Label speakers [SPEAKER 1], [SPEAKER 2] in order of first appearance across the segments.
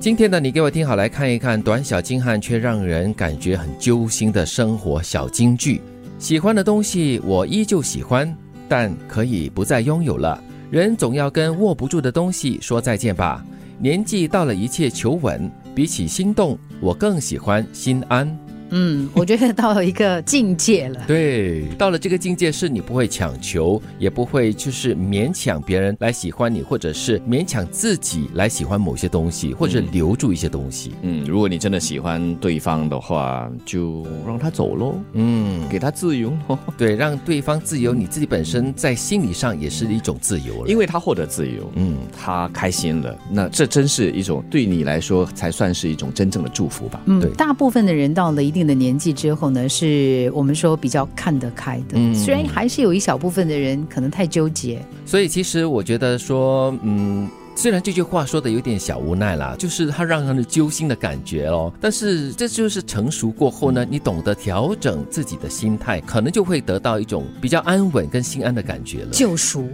[SPEAKER 1] 今天呢，你给我听好来看一看短小精悍却让人感觉很揪心的生活小金句。喜欢的东西我依旧喜欢，但可以不再拥有了。人总要跟握不住的东西说再见吧。年纪到了，一切求稳。比起心动，我更喜欢心安。
[SPEAKER 2] 嗯，我觉得到了一个境界了。
[SPEAKER 1] 对，到了这个境界，是你不会强求，也不会就是勉强别人来喜欢你，或者是勉强自己来喜欢某些东西，或者留住一些东西。
[SPEAKER 3] 嗯，如果你真的喜欢对方的话，就让他走喽，
[SPEAKER 1] 嗯，
[SPEAKER 3] 给他自由喽，
[SPEAKER 1] 对，让对方自由，你自己本身在心理上也是一种自由了。
[SPEAKER 3] 因
[SPEAKER 1] 为，
[SPEAKER 3] 为他获得自由，
[SPEAKER 1] 嗯，
[SPEAKER 3] 他开心了，那这真是一种对你来说才算是一种真正的祝福吧。
[SPEAKER 2] 嗯
[SPEAKER 1] 对，
[SPEAKER 2] 大部分的人到了一定的年纪之后呢，是我们说比较看得开的。
[SPEAKER 1] 嗯
[SPEAKER 2] 虽然还是有一小部分的人可能太纠结，
[SPEAKER 1] 所以其实我觉得说，嗯。虽然这句话说的有点小无奈啦，就是它让人揪心的感觉哦。但是这就是成熟过后呢，你懂得调整自己的心态，可能就会得到一种比较安稳跟心安的感觉了。
[SPEAKER 2] 救 赎。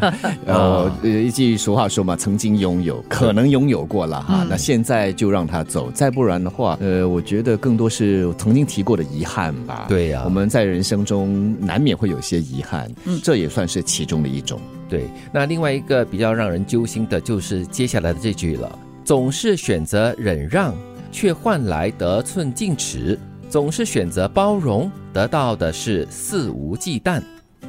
[SPEAKER 3] 呃
[SPEAKER 1] 啊，
[SPEAKER 3] 呃一句俗话说嘛，曾经拥有，可能拥有过了哈，
[SPEAKER 2] 嗯
[SPEAKER 3] 那现在就让他走，再不然的话，呃，我觉得更多是曾经提过的遗憾吧。
[SPEAKER 1] 对呀
[SPEAKER 3] 我们在人生中难免会有些遗憾，
[SPEAKER 2] 嗯
[SPEAKER 3] 这也算是其中的一种。
[SPEAKER 1] 对，那另外一个比较让人揪心的就是接下来的这句了：总是选择忍让，却换来得寸进尺；总是选择包容，得到的是肆无忌惮。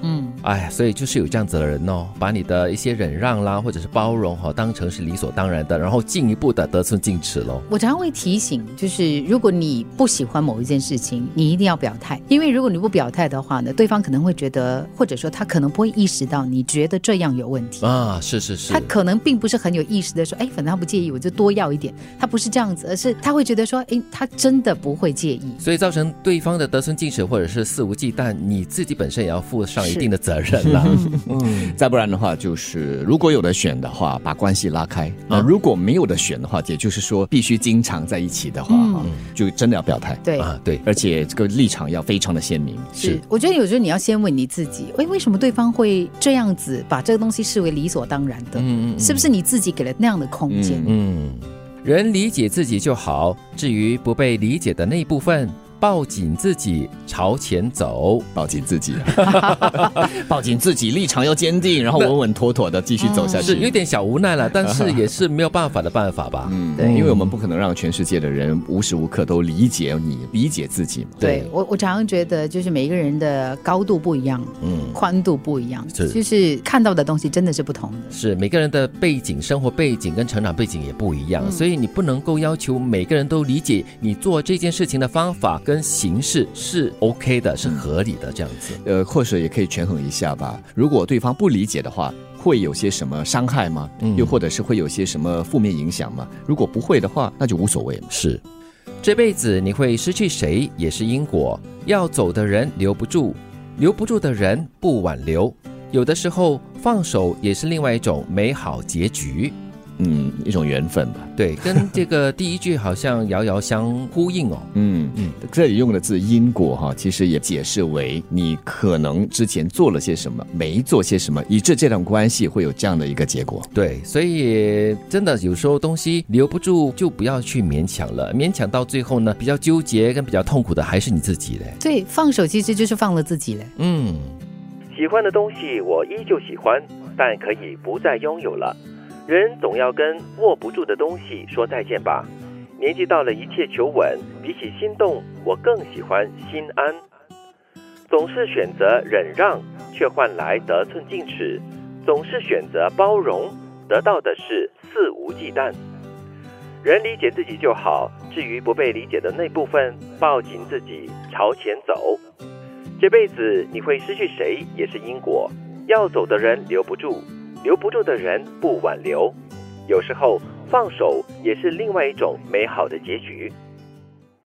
[SPEAKER 2] 嗯，
[SPEAKER 1] 哎呀，所以就是有这样子的人哦，把你的一些忍让啦，或者是包容哈、当成是理所当然的，然后进一步的得寸进尺喽。
[SPEAKER 2] 我常常会提醒，就是如果你不喜欢某一件事情，你一定要表态，因为如果你不表态的话呢，对方可能会觉得，或者说他可能不会意识到你觉得这样有问题。
[SPEAKER 1] 啊，是是是
[SPEAKER 2] 他，可能并不是很有意识的说，哎，反正他不介意，我就多要一点。他不是这样子，而是他会觉得说，哎，他真的不会介意。
[SPEAKER 1] 所以造成对方的得寸进尺或者是肆无忌惮，你自己本身也要负上一
[SPEAKER 2] 是
[SPEAKER 1] 定的责任啦。嗯，
[SPEAKER 3] 再不然的话，就是如果有的选的话，把关系拉开；那、
[SPEAKER 1] 啊
[SPEAKER 3] 如果没有的选的话，也就是说必须经常在一起的话，哈，就真的要表态，
[SPEAKER 2] 对，
[SPEAKER 1] 啊，对。
[SPEAKER 3] 而且这个立场要非常的鲜明。
[SPEAKER 2] 是，我觉得有时候你要先问你自己，哎，为什么对方会这样子把这个东西视为理所当然的？
[SPEAKER 1] 嗯
[SPEAKER 2] 是不是你自己给了那样的空间？
[SPEAKER 3] 嗯
[SPEAKER 1] 嗯，人理解自己就好，至于不被理解的那一部分，抱紧自己，朝前走。
[SPEAKER 3] 抱紧自己， 抱紧自己，立场要坚定，然后稳稳妥妥的继续走下去。
[SPEAKER 1] 是有点小无奈了，但是也是没有办法的办法吧。
[SPEAKER 3] 嗯，
[SPEAKER 2] 对
[SPEAKER 3] 因为我们不可能让全世界的人无时无刻都理解你，理解自己嘛。
[SPEAKER 1] 对
[SPEAKER 2] 对我，我常常觉得就是每一个人的高度不一样，
[SPEAKER 1] 嗯，
[SPEAKER 2] 宽度不一样，
[SPEAKER 1] 是
[SPEAKER 2] 就是看到的东西真的是不同的。
[SPEAKER 1] 是每个人的背景、生活背景跟成长背景也不一样，
[SPEAKER 2] 嗯
[SPEAKER 1] 所以你不能够要求每个人都理解你做这件事情的方法跟形式是 OK 的，是合理的这样子。
[SPEAKER 3] 呃，或者也可以权衡一下吧。如果对方不理解的话，会有些什么伤害吗？
[SPEAKER 1] 嗯
[SPEAKER 3] 又或者是会有些什么负面影响吗？如果不会的话，那就无所谓嘛。
[SPEAKER 1] 是，这辈子你会失去谁也是因果，要走的人留不住，留不住的人不挽留。有的时候放手也是另外一种美好结局，
[SPEAKER 3] 嗯，一种缘分吧。
[SPEAKER 1] 对，跟这个第一句好像遥遥相呼应哦。
[SPEAKER 3] 嗯
[SPEAKER 1] 嗯
[SPEAKER 3] 嗯，这里用的字因果哈，其实也解释为你可能之前做了些什么，没做些什么，以致这段关系会有这样的一个结果。
[SPEAKER 1] 对，所以真的有时候东西留不住，就不要去勉强了。勉强到最后呢，比较纠结跟比较痛苦的还是你自己嘞。
[SPEAKER 2] 对，放手其实就是放了自己嘞。
[SPEAKER 1] 嗯，喜欢的东西我依旧喜欢，但可以不再拥有了。人总要跟握不住的东西说再见吧。年纪到了，一切求稳，比起心动，我更喜欢心安。总是选择忍让，却换来得寸进尺；总是选择包容，得到的是肆无忌惮。人理解自己就好，至于不被理解的那部分，抱紧自己，朝前走。这辈子你会失去谁也是因果，要走的人留不住，留不住的人不挽留。有时候放手也是另外一种美好的结局。